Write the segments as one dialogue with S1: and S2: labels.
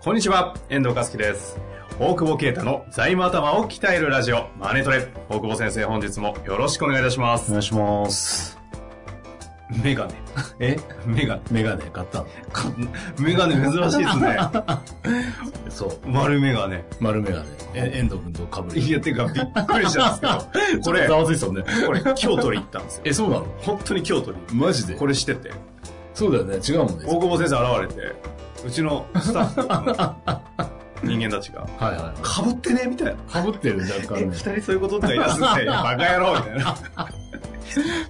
S1: こんにちは、遠藤和樹です。大久保啓太の財務頭を鍛えるラジオ、マネトレ。大久保先生、本日もよろしくお願いいたしま
S2: お
S1: す。
S2: 願いします。
S1: メガネ。えメガネ。
S2: メガネ買ったの
S1: かメガネ珍しいです ね。
S2: そう。
S1: 丸メガネ。
S2: 丸メガネ。え、遠藤君とかぶる。
S1: いや、、てかびっくりしたん ですけど、こ
S2: これ、
S1: れ
S2: ざ、わついてたもんね。
S1: これ、京都に行ったんですよ。
S2: え、そうなの
S1: 本当に京都に。
S2: マジで
S1: これしてて。
S2: そうだよね。違うもんね。
S1: 大久保先生現れて、うちのスタッフの人間たちが、
S2: はいはいは
S1: かぶってねみたいな。
S2: い。かぶってる、若
S1: え、二
S2: 干ね。
S1: 人そういうことって言い出 すんで、バカ野郎みたい な。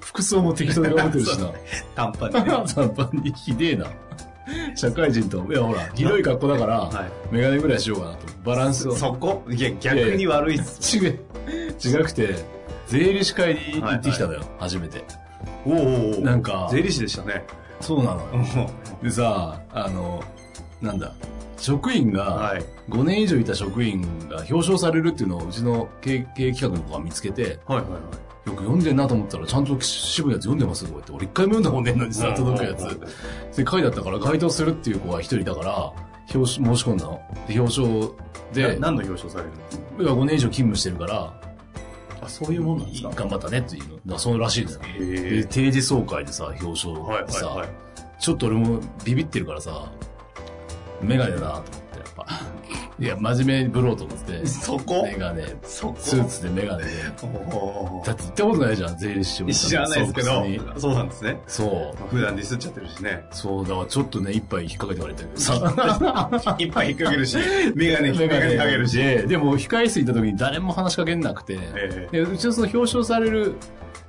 S2: 服装も適当にかぶってるしな。
S1: 短パンでね。
S2: 短パンにひでえな。社会人と、いやほら、広い格好だから、
S1: はい
S2: メガネぐらいしようかなと。バランスを。
S1: そこいや、逆に悪いっす。
S2: 違う。違くて、税理士会に行ってきたのよ、初めて。
S1: おうおうおう
S2: なんか
S1: 税理士でしたね。
S2: そうなの
S1: う
S2: よ。
S1: ん
S2: でさ、あの、なんだ、職員が、
S1: はい。
S2: 5年以上いた職員が表彰されるっていうのをうちの経営経営企画の子が見つけて、
S1: はいはいはい。
S2: よく読んでんなと思ったら、ちゃんと渋いやつ読んでますとか言って、俺一回も読んだもんねんのにさ、届くや
S1: うんうん
S2: つ。で、書いてあったから、該当するっていう子が一人だから、表紙、申し込んだの。で、表彰
S1: で
S2: で、、
S1: 何の表彰されるんですか
S2: 要は5年以上勤務してるから、
S1: あ、そういうもんなんですか
S2: 頑張ったねっていうの。だからそうらしいんだよ。
S1: へ
S2: で、
S1: え。
S2: 定時総会でさ、表彰
S1: はいは
S2: で
S1: い
S2: さ、
S1: はい。
S2: ちょっと俺もビビってるからさ、メガネだなと思って、やっぱ。いや、真面目にぶろうと 思って。
S1: そこ
S2: メガネ
S1: そこ
S2: スーツでメガネで。
S1: おお
S2: だって行ったことないじゃん、税理士を。
S1: 知らないですけ
S2: ソックスに
S1: ど、そうなんですね。
S2: そう。
S1: 普段ディスっちゃってるしね。
S2: そう、だからちょっとね、一杯引っ掛けて言われたけどさ。
S1: いっぱい引っ掛けるし、メガネ引っ掛けてあげるし。
S2: で、でも控え室行った時に誰も話しかけなくて、
S1: ええ
S2: で、うちのその表彰される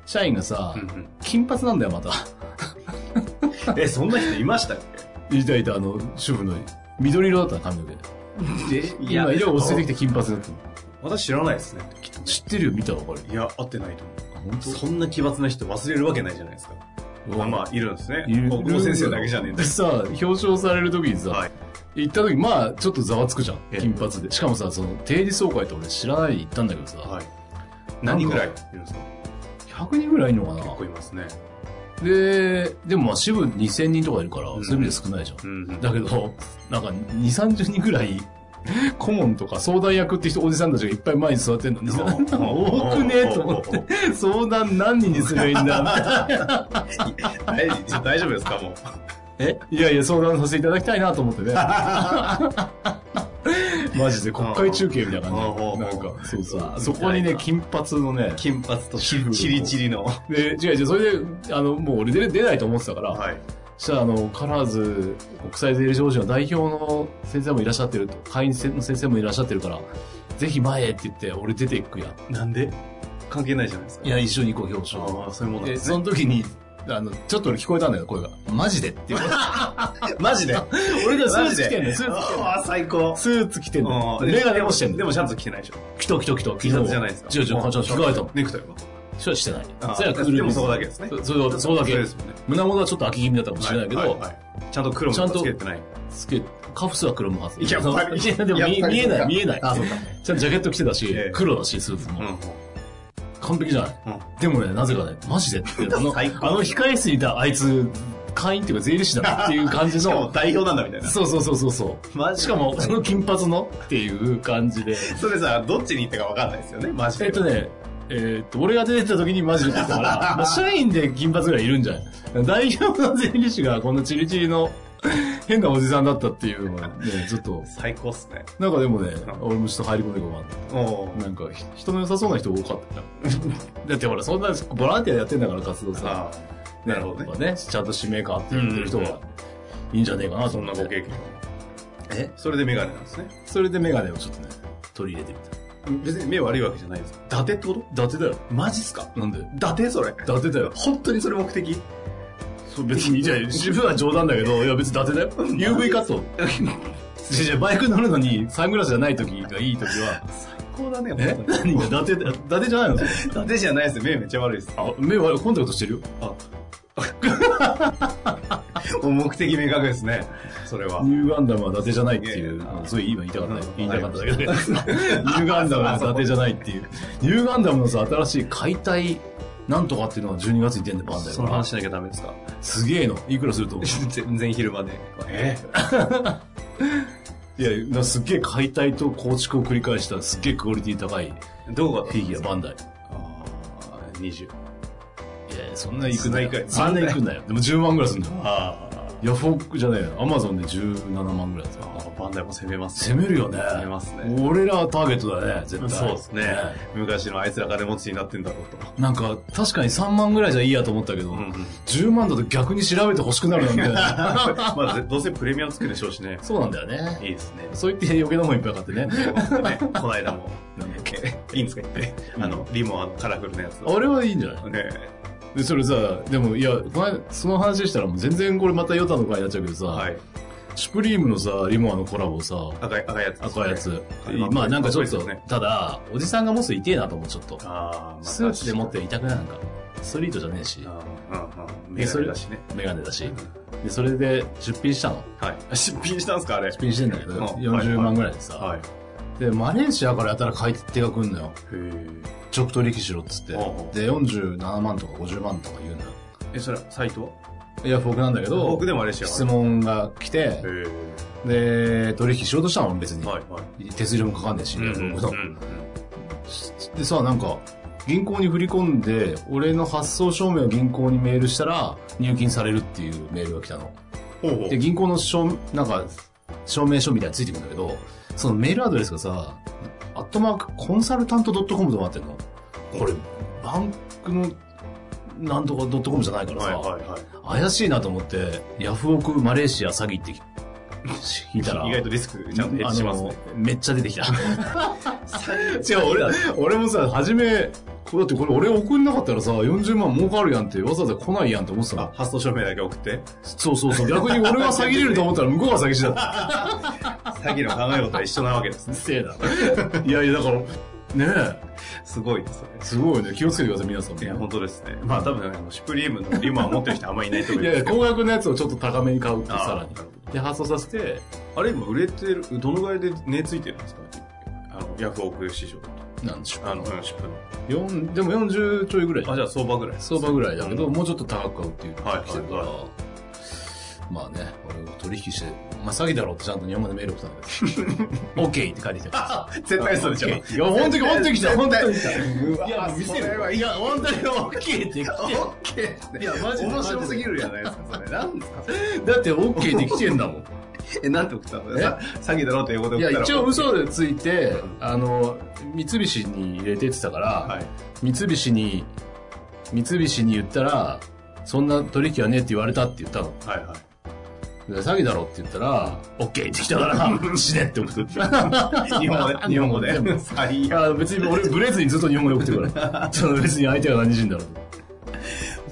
S2: 社員がさ、
S1: うん
S2: 金髪なんだよ、また。
S1: うんえ、そんな人いましたっ
S2: いたいた、あの、主婦の緑色だったの髪の
S1: けで
S2: 毛。今、色が落ち着いてきて金髪だったの。
S1: 私知らないですね。
S2: 知ってるよ、見たらわかる
S1: い
S2: よ。
S1: や、合ってないと思う。
S2: 本
S1: そんな奇抜な人忘れるわけないじゃないですか。まあまあ、いるんですね。
S2: いる
S1: 高校先生だけじゃねえんだ
S2: で
S1: よ
S2: さ、表彰される時にさ、
S1: はい
S2: 行った時、まあ、ちょっとざわつくじゃん
S1: え。え
S2: 金髪で。しかもさ、その、定時総会って俺知らないで行ったんだけどさ、
S1: はい。何人ぐらいいるんですか
S2: 100人ぐらいいるの
S1: 結
S2: か
S1: 構いますね。
S2: なで、でもまあ、支部2000人とかいるから、
S1: うん
S2: そういう意味で少ないじゃん。
S1: うんうん。
S2: だけど、なんか、2、30人ぐらい、顧問とか相談役って人、おじさんたちがいっぱい前に座ってんのにさ、 なんか多くねえと思って、
S1: て。
S2: 相談何人にすればいいん だ
S1: 大大丈夫ですかもう。
S2: えいやいや、相談させていただきたいなと思ってね。マジで国会中継みたいな感
S1: うん
S2: じ。なんか、そう
S1: うわ
S2: そう。そこにね、金髪のね、
S1: 金髪と
S2: 主婦
S1: チリチリの。
S2: で、違う違う、それで、あの、もう俺出出ないと思ってたから、
S1: はい。
S2: そしたら、あの、カラーズ国際税理士法人の代表の先生もいらっしゃってると、会員の先生もいらっしゃってるから、ぜひ前へって言って、俺出ていくやん。
S1: なんで関係ないじゃないですか。
S2: いや、一緒に行こう、表
S1: あ
S2: 彰。
S1: あ、そういうもんなん
S2: で、
S1: です
S2: そ
S1: ね。
S2: の時に、あの、ちょっと俺聞こえたんだよ、声が。マジでっていう。
S1: マジで
S2: 俺がス
S1: マ
S2: ー
S1: ジで
S2: ツ着てんの、スーツ着てんの。
S1: ああ、最高。
S2: スーツ着てんの。
S1: うん
S2: メガネもしてんの。
S1: でもシャツ着てないでしょ。
S2: 来た来た来た。
S1: T シャツじゃないですか。
S2: 違う違う、ちょっと着替えたもん。
S1: ネクタイは
S2: それはしてない。
S1: あ
S2: それはクールビズ
S1: でもそこだけですね
S2: そそそこだけ
S1: そうで。すもんね。
S2: 胸元はちょっと開き気味だったかもしれないけど、
S1: はははいちゃんと黒もつけてない。
S2: つけ、カフスは黒も外
S1: いややっぱり
S2: やでも
S1: やっ
S2: 見
S1: ぱり
S2: 見え
S1: そう
S2: な
S1: か
S2: い、見えない。
S1: あそうか
S2: ちゃんとジャケット着てたし
S1: ええ、
S2: 黒だし、スーツも。
S1: う
S2: 完璧じゃない。
S1: ん。うん。
S2: でもね、なぜかね、マジでって、あの、
S1: 最高
S2: あの控え室にいたあいつ、会員っていうか税理士だなっていう感じ
S1: しかも
S2: の、
S1: 代表なんだみたいな。
S2: そうそうそうそうそ
S1: マ
S2: う。
S1: ジ
S2: し
S1: か
S2: か
S1: も。
S2: も、その金髪のっていう感じで。
S1: それさ、どっちに行ったかわかんないですよね、マジで。
S2: えっとね、えーっと、俺が出てた時にマジでだった から、まあ社員で金髪ぐらいいるんじゃない代表の税理士がこんなチリチリの変なおじさんだったっていうのはね、ちょっと、
S1: 最高っすね。
S2: なんかでもね、俺もちょっと入り込んでいこうかな
S1: おお
S2: なんか、ひ人の良さそうな人多かったよ だってほら、そんなボランティアでやってんだから活動さ、
S1: ああ、なるほど
S2: や
S1: ね
S2: っ。ぱね、ちゃんと使命感あって言ってる人
S1: うんうん
S2: がいいんじゃねえかなと
S1: そん
S2: 思
S1: な
S2: っ
S1: ご
S2: て。
S1: 経験。
S2: え
S1: それでメガネなんですね。
S2: それでメガネをちょっとね、取り入れてみた。
S1: 別に目悪いわけじゃないです。伊達ってこと
S2: 伊達だよ。
S1: マジっすか
S2: なんで伊
S1: 伊達それ。
S2: 達だよ。
S1: 本当にそれ目的
S2: そう別に、い や、自分は冗談だけど、いや別に伊達だよ。UV カット。 いやいやバイク乗るのにサングラスじゃない時がいい時は、
S1: こうだね、
S2: え
S1: 本当に
S2: 何が伊達だ、伊達じゃないのそれ
S1: 伊達じゃないですよ。目めっちゃ悪いです。
S2: あ、目悪い、コンタクトしてるよ。
S1: もう 目的明確ですね。それは。
S2: ニューガンダムは伊達じゃないってい、
S1: いうやいや
S2: うんそういう今言いたかった
S1: う、ん
S2: 言いたかっただけ で。ニューガンダムは伊達じゃないっていう。ニューガンダムのさ、新しい解体なんとかっていうのが12月に出んでバンダイ
S1: そ
S2: か
S1: の
S2: ら
S1: 話。しなきゃダメですか
S2: すげえの。いくらすると思う
S1: 全然昼間で。
S2: えいや、なんかすっげえ解体と構築を繰り返したすっげえクオリティ高い
S1: どこが
S2: フィギュア、バンダイ。
S1: あー20。
S2: いやいやそんな行くな
S1: そ
S2: よ
S1: んな行。く
S2: そんな行くんだよ。でも10万ぐらいするんだよ。
S1: あ
S2: ヤフオクじゃねえよ。アマゾンで17万ぐらいだよ
S1: あ。バンダイも攻めます
S2: 攻めるよね。
S1: 攻めますね。
S2: 俺らはターゲットだね、絶対。
S1: そうですね。昔のあいつら金持ちになってんだろうと。
S2: なんか、確かに3万ぐらいじゃいいやと思ったけど、10万だと逆に調べて欲しくなるんだよね。
S1: まあ、ぜどうせプレミアムつくでしょうしね。
S2: そうなんだよね。
S1: いい ですね。
S2: そう言って余計なもんいっぱい買ってね。
S1: ねこの間も、なんだっけ、いいんですか言って。あの、リモアのカラフルなやつを。
S2: あれはいいんじゃない
S1: ね
S2: で、それさ、でも、いや、この間その話したらもう全然これまたヨタの回になっちゃうけどさ、
S1: はい。
S2: シュプリームのさ、リモアのコラボさ、
S1: 赤い、赤いやつ、
S2: 赤いや。つ
S1: はい。
S2: まあなんかち
S1: かっこいい
S2: ょっと
S1: ですよね、
S2: ただ、おじさんが持つと痛えなと思う、ちょっと。
S1: ああ、まあ
S2: スーツで持って痛くないなんか。ストリートじゃねえし、
S1: ああ、うんうん。
S2: で
S1: メ
S2: そ
S1: ガ
S2: れ
S1: ネだしね。
S2: メガネだし。で、それで出品したの。
S1: はい。出品したんすかあれ
S2: 出。品してんだけど、
S1: うん
S2: 40万ぐらいでさ、
S1: はい。へ
S2: で、マレーシアからやたら買い手が来るのよ。
S1: え。
S2: ちょく取引しろっつって。
S1: おうおう
S2: で、47万とか50万とか言うのよ。
S1: え、それ、サイトはい
S2: や、僕なんだけど、
S1: 僕でもあれしよ
S2: 質問が来て
S1: へ、
S2: で、取引しようとしたの、別
S1: え。
S2: に。
S1: はい、はい。
S2: 手数料もかかんねえし、僕の
S1: うん
S2: でさ、なんか、銀行に振り込んで、俺の発送証明を銀行にメールしたら、入金されるっていうメールが来たの。
S1: ほうほう
S2: で、銀行の証、なんか、証明書みたいについてくるんだけど、そのメールアドレスがさ、アットマークコンサルタント .com となってんの。これ、バンクの、なんとか .com じゃないから
S1: はい
S2: さ、
S1: はいはい。
S2: 怪しいなと思って、ヤフオクマレーシア詐欺って聞いたら、
S1: 意外とリスクちゃんとエッジしますね。
S2: あのめっちゃ出てき た。違う、俺、俺もさ、初め、こうだってこれ俺送んなかったらさ、40万儲かるやんって、わざわざ来ないやんって思ってた
S1: あ
S2: の。、
S1: 発送証明だけ送って。
S2: そうそうそう。逆に俺は詐欺れると思ったら向こうが詐欺師だった。
S1: 詐欺の考え方は一緒なわけですね。
S2: せえな。いやいや、だから、ね
S1: すごいですね。
S2: え、すごいね。気をつけてください、皆さんも。
S1: いや、本当ですね。まあ多分、あのシュプリームのリモア持ってる人あんまりいないと思い
S2: い
S1: ま
S2: や
S1: す
S2: いや、
S1: け
S2: 高
S1: ど。
S2: 額のやつをちょっと高めに買うって、
S1: あー
S2: さらに。で、発送させて、
S1: あれ今売れてる、どのぐらいで値ついてるんですかあの、ヤフオク市場だと。
S2: なんでしょう。
S1: あの、シュプ
S2: 四でも40ちょいぐらいじゃん
S1: あ、じゃあ相場ぐらい。
S2: 相場ぐらいだけど、
S1: うん
S2: もうちょっと高く買うっていう来てるから、
S1: はいは
S2: まあね、俺取引して、まあ詐欺だろうってちゃんと日本語でメール送っ たんだけど、OK って書いてきたからさ。
S1: 絶対そうでしょ。
S2: いや、本当に、本当に来た、本当に来
S1: う
S2: た。
S1: わ
S2: いや、見せ
S1: それ
S2: る
S1: は
S2: わ。
S1: いい
S2: いや、本当に OK って来て。
S1: OK!
S2: いやマジで
S1: 面白すぎるじゃないですか、それ。なんですか
S2: だって OK って来てん だもん。
S1: え、なんて送ったのさ詐欺だろって英語で
S2: い
S1: 送
S2: や、
S1: ったら。
S2: 一応嘘でついて
S1: ん、
S2: あの、三菱に入れてってたから、
S1: はい。
S2: 三菱に、三菱に言ったら、そんな取引はねえって言われたって言ったの。
S1: はいはい。
S2: で詐欺だろって言ったら、オッケーって来た から、死ねって送って。
S1: 日本語で、日本語
S2: 全部
S1: で。
S2: い
S1: 最悪。
S2: や、別に俺ブレずにずっと日本語で送ってく から。その別に相手が何人だろうと。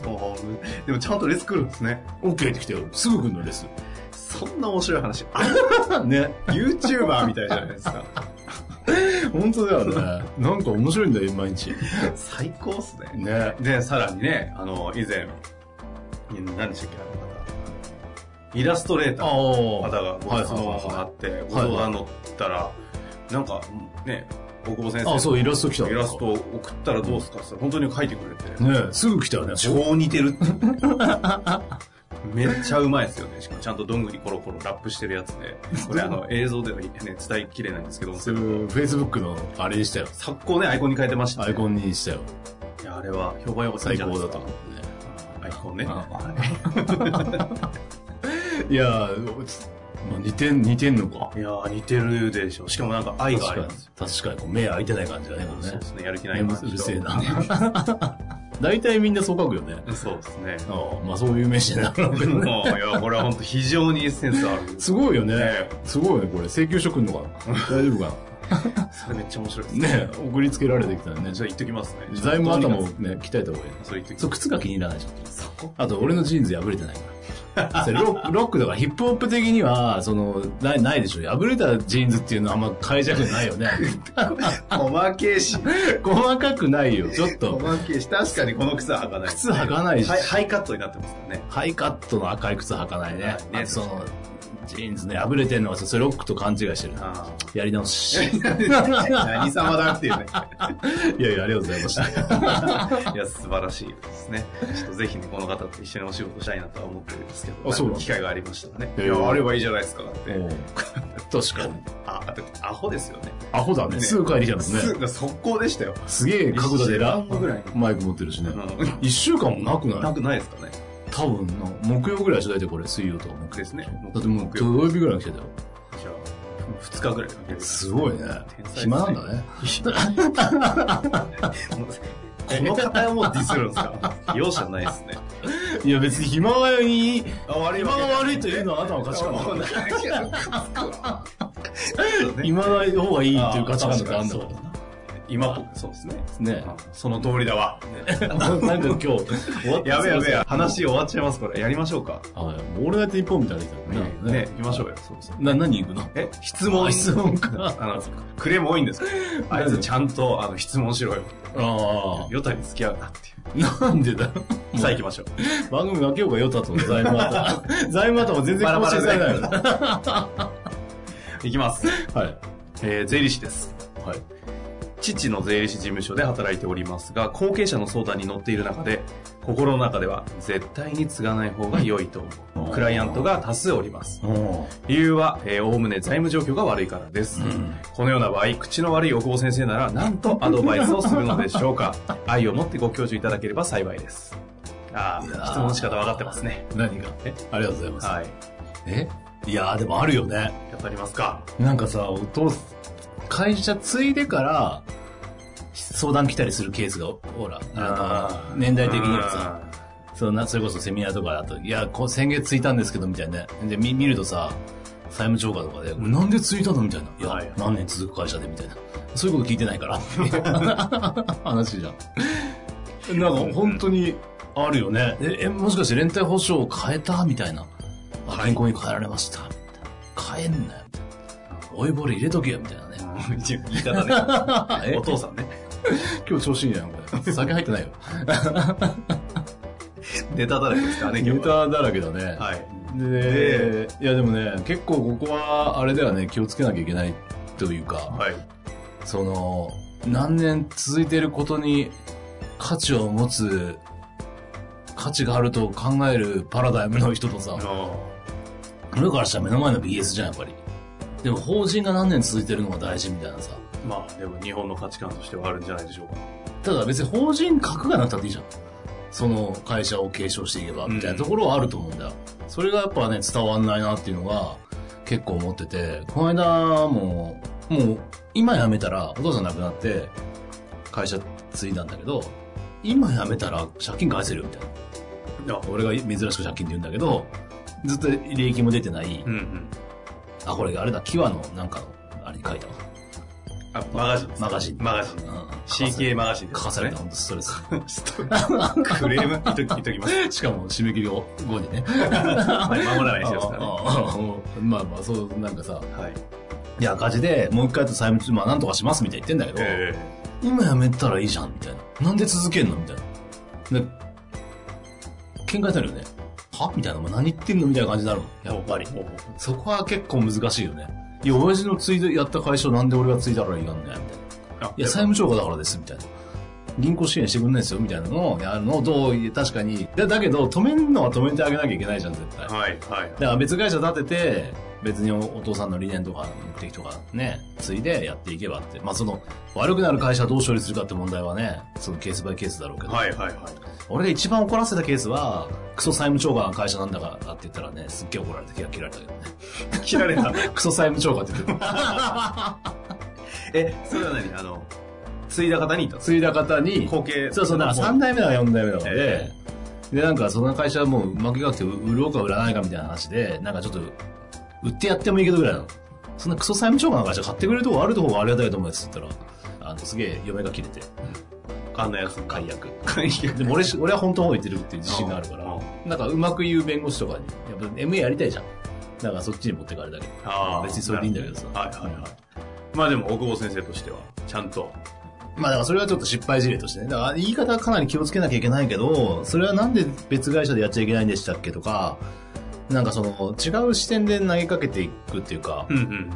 S1: そうでもちゃんとレス来るんですね。
S2: オッケーって来てよ。すぐ来んのです。
S1: そんな面白い話。あ
S2: ね。
S1: YouTuber みたいじゃないですか。
S2: 本当だよね。 なんか面白いんだよ、毎日。
S1: 最高っすね。
S2: ね。
S1: で、さらにね、あの、以前、ん何でしたっけ、あの方。イラストレーターの
S2: あ
S1: 方がご質問
S2: はいはいはいはい
S1: があって、ご相談乗ったら、なんかね、大久保先生
S2: あ。あ、そう、イラスト来た。
S1: イラストを送ったらどうすかって言ったら本当に書いてくれて。
S2: ねすぐ来たよね。
S1: 超似てるって言って。めっちゃうまいですよね。しかもちゃんとどんぐりコロコロラップしてるやつで。これあの映像ではね伝えきれないんですけど、
S2: そういう、Facebook のあれにしたよ。
S1: 昨今ね、アイコンに変えてましたね、
S2: アイコンにしたよ。
S1: いや、あれは評判良かったん
S2: 最
S1: じゃ
S2: 高
S1: ないで
S2: だ
S1: す
S2: と
S1: か
S2: 思うね。
S1: アイコンね。
S2: あ
S1: はい
S2: いやー、まあ似てん、似てんのか。
S1: いやー、似てるでしょ。しかもなんか愛
S2: 確
S1: があ
S2: か
S1: り
S2: に
S1: ます。。
S2: 確かにこう、目開いてない感じだね、これ
S1: そう
S2: ね
S1: で。すね、やる気ない
S2: ね
S1: 感じ
S2: うるせえな。 大体みんなそう書くよね。
S1: そうですね。
S2: ああまあそういう名詞だな。
S1: もう、いや、これは本当非常にセンスある。
S2: すごいよね
S1: ね。
S2: すごいよね、これ。請求書くんのかな 大丈夫か
S1: それめっちゃ面白いです
S2: ね、送りつけられてきたらね、
S1: じ
S2: じ
S1: ゃあ
S2: ゃ
S1: 言っときますね。
S2: あ財務頭をね、鍛えた方がいい。
S1: それ言っとき
S2: そう、
S1: ます。
S2: 靴が気に入らないじゃん。
S1: そこ
S2: あと、俺のジーンズ破れてないから。 それロックロックだから、ヒップホップ的には、その、ない、ないでしょ。破れたジーンズっていうのはあんま解釈ないよね。
S1: 細けえし。
S2: 細かくないよ、ちょっと。
S1: 細けえし。確かにこの靴は履かない。
S2: 靴履かないし
S1: ハイハイカットになってますからね。
S2: ハイカットの赤い靴履かないね。
S1: ね
S2: あとその、ジーンズね、破れてんのは、それロックと勘違いしてるな。
S1: あ
S2: やり直し。いやいや、
S1: あ。何様だっていうね。
S2: ありがとうござ いま した。
S1: いや、素晴らしいですね。ちょっとぜひね、この方と一緒にお仕事したいなとは思ってるんですけど、
S2: あそうなの
S1: 機会がありましたらね。
S2: い
S1: い
S2: や
S1: や、あればいいじゃないですかって。
S2: 確かに。
S1: あ、あと、アホですよね。
S2: アホだね。
S1: ね
S2: すぐ帰りじゃんね。
S1: すぐ速攻でしたよ。
S2: すげえ角度で
S1: 一週間後ぐらい
S2: マイク持ってるしね。
S1: うん
S2: 一週間もなくな
S1: ないくないですかね。
S2: 多分な、木曜ぐらいでしょ、大体これ、水曜とか木曜
S1: ですね
S2: だってもう
S1: 木
S2: 土
S1: 曜
S2: 曜日ぐらいに来てたよ。
S1: じゃあ、2日ぐらいかける。
S2: すごいね
S1: 天才で。すね
S2: 暇なんだね。
S1: この方をもうディスるんですか 容赦ないですね。
S2: いや、別に暇がに、
S1: あ、悪
S2: 暇が悪いというのはあなたの価値観だから。暇がい方がいいっていう価値観があるんだからな。
S1: 今っぽく、そうですね。
S2: ね
S1: その通りだわ。
S2: なんか今日、終わった
S1: やべやべや、話終わっちゃいます、これ。やりましょうか。
S2: あ、オールナイト日本みたいなの来た
S1: ね、ね、行きましょうよ。そうそう。
S2: な、何行くの
S1: え、質問。
S2: あ質問か
S1: あの、クレーム多いんですけど、あいつちゃんと、あの、質問しろよ。
S2: あ
S1: ヨタに付き合うなってい
S2: あ。なんでだろ
S1: う。さあ行きましょう。
S2: う。番組分けようがよたと財務頭。 財務頭全然更新されないよね。
S1: 行きます。
S2: はい。
S1: えー、税理士です。
S2: はい。
S1: 父の税理士事務所で働いておりますが、後継者の相談に乗っている中で、心の中では絶対に継がない方が良いと思う。クライアントが多数おります。
S2: お
S1: 理由は、えー、おおむね財務状況が悪いからです。このような場合、口の悪い大久保先生なら、なんとアドバイスをするのでしょう か。愛を持ってご教授いただければ幸いです。ああ、
S2: やー
S1: 質問の仕方分かってますね。
S2: 何が
S1: え
S2: ありがとうございます。
S1: はい。
S2: えいやーでもあるよね。
S1: やっぱりますか。
S2: なんかさ、お父さん会社継いでから、相談来たりするケースが、ほら、あの、年代的にはさ、そのなそれこそセミナーとかだと、いや、こう先月ついたんですけど、みたいなね。で、み見るとさ、債務超過とかで、なんでついたのみたいな。いや、
S1: はい
S2: 何年続く会社でみたいな。そういうこと聞いてないから。 話じゃん。なんか本当にあるよね。え、えもしかして連帯保証を変えたみたいな。あ銀行に変えられました。みたいな変えんなよ。みたいな。おいぼれ入れとけよ、みたいなね。
S1: うん 言い方ね
S2: え。
S1: お父さんね。
S2: 今日調子いいじゃん、これ。 酒入ってないよ。
S1: ネタだらけですからね、今
S2: ネ
S1: 日は。
S2: タだらけだね。
S1: はい。
S2: で、いやでもね、結構ここは、あれではね、気をつけなきゃいけないというか、
S1: はい。
S2: その、何年続いていることに価値を持つ、価値があると考えるパラダイムの人とさ
S1: あ、の
S2: 俺からしたら目の前の BS じゃん、やっぱり。でも法人が何年続いてるのが大事みたいなさ。
S1: まあ、でも日本の価値観としてはあるんじゃないでしょうか。
S2: ただ別に法人格がなくたっていいじゃん。その会社を継承していけば、みたいなところはあると思うんだよ。それがやっぱね、伝わんないなっていうのが結構思ってて、この間も、もう今辞めたら、お父さん亡くなって、会社継いだんだけど、今辞めたら借金返せるよみたいな。俺が珍しく借金って言うんだけど、ずっと利益も出てない、
S1: うんうん。
S2: あ、これあれだ、キワのなんかの、あれに書いたわ。
S1: あ、マガジンですか
S2: マガジン
S1: マガジン。
S2: うん。
S1: CK マガジン
S2: 書かされた、ほんとストレス。
S1: た。クレーム言 っとき言っときます。
S2: しかも締め切り後にね。
S1: はい、守らない人ですからね。
S2: まあまあ、そう、なんかさ、
S1: はい。
S2: いや、赤字でもう一回と債務中、まあなんとかしますみたいな言ってんだけど、
S1: え
S2: 今やめたらいいじゃん、みたいな。なんで続けんのみたいな。で、喧嘩になるよね。はみたいな、お前何言ってんのみたいな感じになるの。やっぱり。そこは結構難しいよね。いや、親父のついでやった会社をなんで俺がついたらいいかんねみたいな。
S1: えあ
S2: いや、債務超過だからです、みたいな。銀行支援してくんないですよ、みたいなのをやるのをどういや、確かに。だだけど、止めるのは止めてあげなきゃいけないじゃん、絶対。
S1: はい、はい。
S2: だから別会社立てて、別におお父さんの理念とか目的とかね、ついでやっていけばって。まあその、悪くなる会社どう処理するかって問題はね、そのケースバイケースだろうけど。
S1: はい、はい、は
S2: 俺が一番怒らせたケースは、クソ債務超過が会社なんだからって言ったらね、すっげえ怒られて、キラキラれたけどね。
S1: い。切られ た。
S2: クソ債務超過って言ってた。
S1: え、それは何あの、継いだ方に言ったんです
S2: ついだ方に、
S1: 後継。
S2: そうそう、だから
S1: も
S2: 3代目だか4代目だかで、
S1: え
S2: で、なんかその会社はもう負けがくて売ろうか売らないかみたいな話で、なんかちょっと、売ってやってもいいけどぐらいなの。そんなクソ債務超過なんかじゃ買ってくれるとこあるとこがありがたいと思うやつって言ったら、あの、すげえ嫁が切れて、あんなやつ解約。
S1: 会議
S2: でも俺し、俺は本当のこと言ってるっていう自信があるから、なんかうまく言う弁護士とかに、やっぱ MA やりたいじゃん。だからそっちに持ってかれたけど。
S1: あー
S2: 別にそれでいいんだけどさ
S1: はいはいはい。まあでも、大久保先生としては、ちゃんと。
S2: まあだからそれはちょっと失敗事例としてね。だから言い方はかなり気をつけなきゃいけないけど、それはなんで別会社でやっちゃいけないんでしたっけとか、なんかその違う視点で投げかけていくっていうか、
S1: んうん。
S2: うん、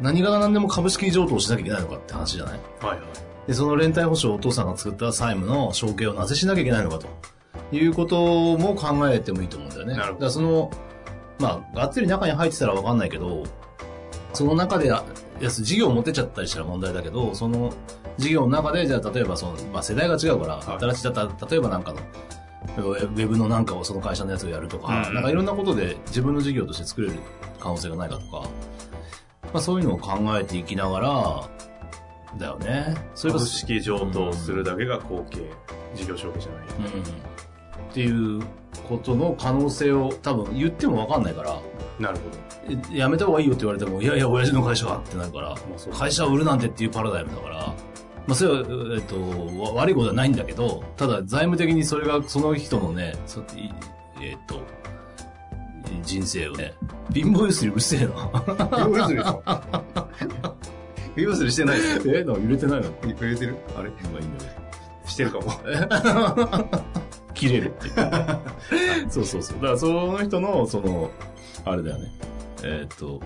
S2: 何が何でも株式譲渡をしなきゃいけないのかって話じゃない
S1: はいはい。
S2: で、その連帯保証をお父さんが作った債務の承継をなぜしなきゃいけないのかということも考えてもいいと思うんだよね。
S1: なるほど
S2: だからその、まあ、がっつり中に入ってたらわかんないけど、その中でや、やつ事業を持ってっちゃったりしたら問題だけど、その事業の中で、じゃあ例えばその、まあ世代が違うから、
S1: はい
S2: 新しい、た例えばなんかの、ウェウェブのなんかをその会社のやつをやるとか、
S1: うん
S2: なんかいろんなことで自分の事業として作れる可能性がないかとか、まあそういうのを考えていきながら、だよね。それ
S1: 株
S2: が
S1: 式上等するだけが後継、事業承継じゃない。
S2: うんっていうことの可能性を多分言っても分かんないから、
S1: なるほど。
S2: えやめた方がいいよって言われても、いやいや、親父の会社がってなるから、
S1: まあそう
S2: 会社を売るなんてっていうパラダイムだから、まあ、それは、えっと、わ悪いことはないんだけど、ただ財務的にそれがその人のね、そいえっと、人生をね、貧乏ゆすりうるせえな。
S1: 要譲りでしょ要譲りしてないですよ。
S2: えなんか揺れてないの
S1: 揺れてるあれ
S2: まあいいんだけど
S1: してるかも。
S2: 切れるっていう そうそうそう。だからその人の、その、あれだよね。えーっと、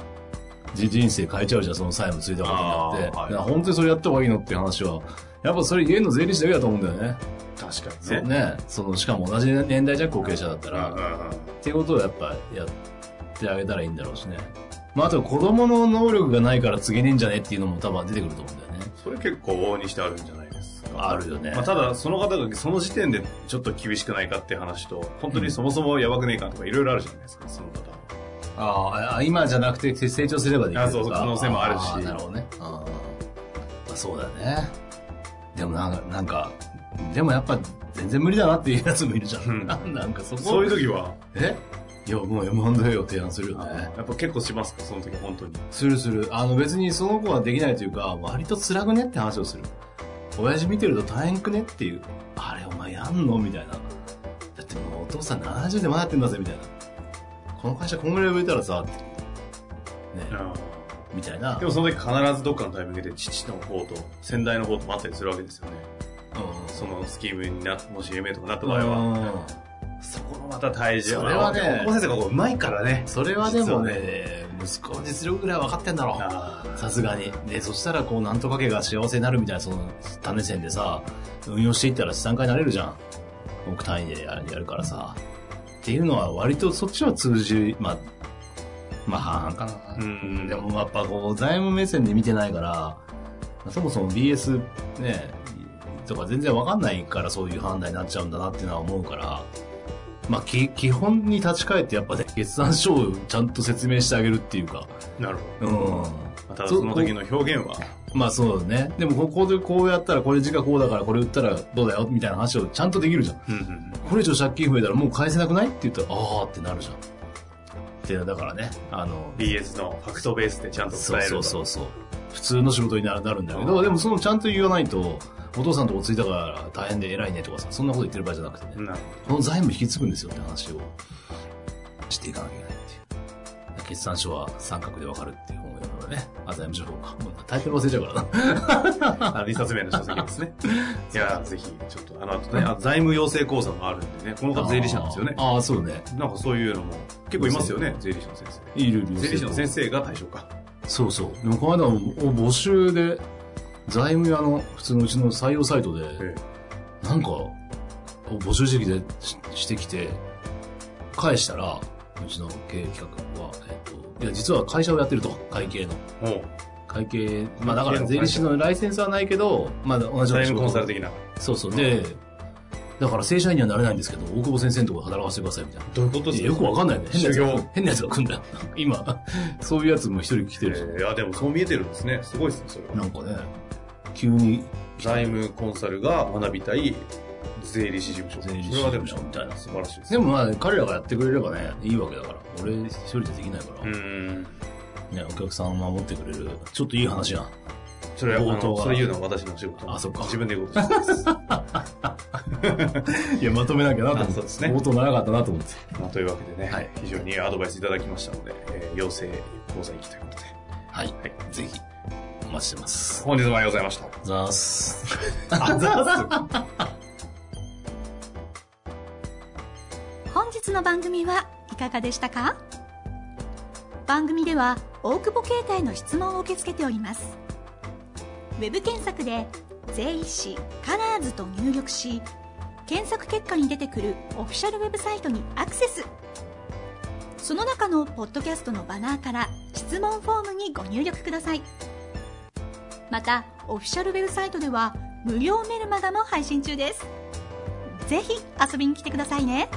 S2: じ人生変えちゃうじゃん、その債務ついたことになって。
S1: あーはい
S2: だから本当にそれやった方がいいのっていう話は、やっぱそれ家の税理士だけだと思うんだよね。
S1: 確かに
S2: そう。ね。その、しかも同じ年代じゃん後継者だった
S1: うんうん
S2: ら、
S1: うん
S2: っていうことをやっぱやってあげたらいいんだろうしね。まあ、あと子供の能力がないから告げねえんじゃねっていうのも多分出てくると思うんだよね。
S1: それ結構往々にしてあるんじゃないですか。
S2: あるよね。
S1: まあ、ただ、その方がその時点でちょっと厳しくないかって話と、本当にそもそもやばくねえかとかいろいろあるじゃないですか、その方は。
S2: ああ、今じゃなくて成長すればできる
S1: あそうそう可能性もあるし
S2: なるほどね。あーまあ、そうだね。でもなんか、なんか、でもやっぱ全然無理だなっていうやつもいるじゃん。
S1: うん
S2: なんかそこ。
S1: そういう時は、
S2: えいや、もう M&A を提案するよね。
S1: やっぱ結構しますか、その時本当に。
S2: するする。あの別にその子はできないというか、割と辛くねって話をする。親父見てると大変くねっていう。あれお前やんのみたいな。だってもうお父さん70でまだやってんだぜ、みたいな。この会社こんぐらい売れたらさ、ってね。みたいな。
S1: でもその時必ずどっかのタイミングで父の方と先代の方ともあったりするわけですよね。
S2: うん
S1: そのスキームにな、もし MA とかなった場合は、そこのまた大事
S2: それはね
S1: 大久保先生がこううまいからね。
S2: それはでもね息子の実力ぐらいは分かってんだろさすがにでそしたらこうなんとか家が幸せになるみたいなその種線でさ運用していったら資産家になれるじゃん億単位でややるからさっていうのは割とそっちは通じまあまあ半々かな
S1: うん
S2: でもやっぱこう財務目線で見てないからそもそも BS ねとか全然わかんないからそういう判断になっちゃうんだなっていうのは思うからまあき基本に立ち返ってやっぱね決算書をちゃんと説明してあげるっていうか
S1: なるほ
S2: うん
S1: ど。まただその時の表現は、
S2: まあそうだねでもここでこうやったらこれ時価こうだからこれ売ったらどうだよみたいな話をちゃんとできるじゃん
S1: うんうん
S2: これ以上借金増えたらもう返せなくないって言ったらああってなるじゃんってだからねあの
S1: BS のファクトベースでちゃんと伝え
S2: そう
S1: る。
S2: そうそうそう普通の仕事にななるんだけ
S1: う
S2: ど
S1: ん
S2: でもそのちゃんと言わないとお父さんとこついたから大変で偉いねとかさそんなこと言ってる場合じゃなくてね、
S1: なる
S2: この財務引き継ぐんですよって話をしていかなきゃいけないっていう決算書は三角でわかるっていう本を読むのねあ財務情報かもうタイトル忘れちゃうから
S1: あ
S2: な
S1: の、二冊目の書籍です ね。いやー、ぜひ、ちょっと、あの、あとね、あ財務養成講座もあるんでね、この方税理士なんですよね。
S2: あーあーそうね
S1: なんかそういうのも、結構いますよね、税理士の先生。
S2: いる
S1: 税理士の先生が対象か。
S2: そうそうでもこの間お募集で財務屋の普通のうちの採用サイトで、
S1: え
S2: なんか、こう募集してきて、ししてきて、返したら、うちの経営企画は、えっと、いや、実は会社をやってると、会計の。
S1: えもう、
S2: 会計、まあだか
S1: 会
S2: ら
S1: 計の会社
S2: 税理士のライセンスはないけど、まあ同じよう
S1: 財
S2: な仕
S1: 務
S2: 事
S1: コンサル的な。
S2: そうそう。で、だから正社員にはなれないんですけど、大久保先生のところで働かせてくださいみたいな。
S1: どういうこと
S2: いやよくわかんないね。変なやつ
S1: 修
S2: が
S1: 行。
S2: 変なやつが来んだよ。今、そういうやつも一人来て
S1: え
S2: るし。
S1: ーいや、でもそう見えてるんですね。すごいですね、それは。
S2: なんかね、急に
S1: 財務コンサルが学びたい税理士事務所。
S2: 税理士
S1: それはでも、
S2: 事務所みたいな
S1: 素晴らしいです。
S2: でもまあ、彼らがやってくれればね、いいわけだから。俺一人じゃできないから。
S1: うーん。
S2: ね、お客さんを守ってくれる、ちょっといい話やん。
S1: それは、あ
S2: 冒頭
S1: の
S2: は
S1: それ言うのは私の仕事。
S2: あそっか
S1: 自分で言うことして ます。
S2: いや、まとめなきゃなと思っ
S1: あ
S2: て。
S1: そうですね
S2: 冒頭長かったなと思って。
S1: まあ、というわけでね、
S2: はい
S1: 非常にアドバイスいただきましたので、えー、養成講座行きということで、
S2: はい。
S1: はい
S2: ぜひ、お待ちしてます。
S1: 本日もありがとうございました。
S2: ざーす。
S1: あざ
S3: 本日の番組はいかがでしたか番組では大久保携帯の質問を受け付けておりますウェブ検索で「税理士カラーズと入力し検索結果に出てくるオフィシャルウェブサイトにアクセスその中のポッドキャストのバナーから質問フォームにご入力くださいまたオフィシャルウェブサイトでは無料メルマガも配信中ですぜひ遊びに来てくださいね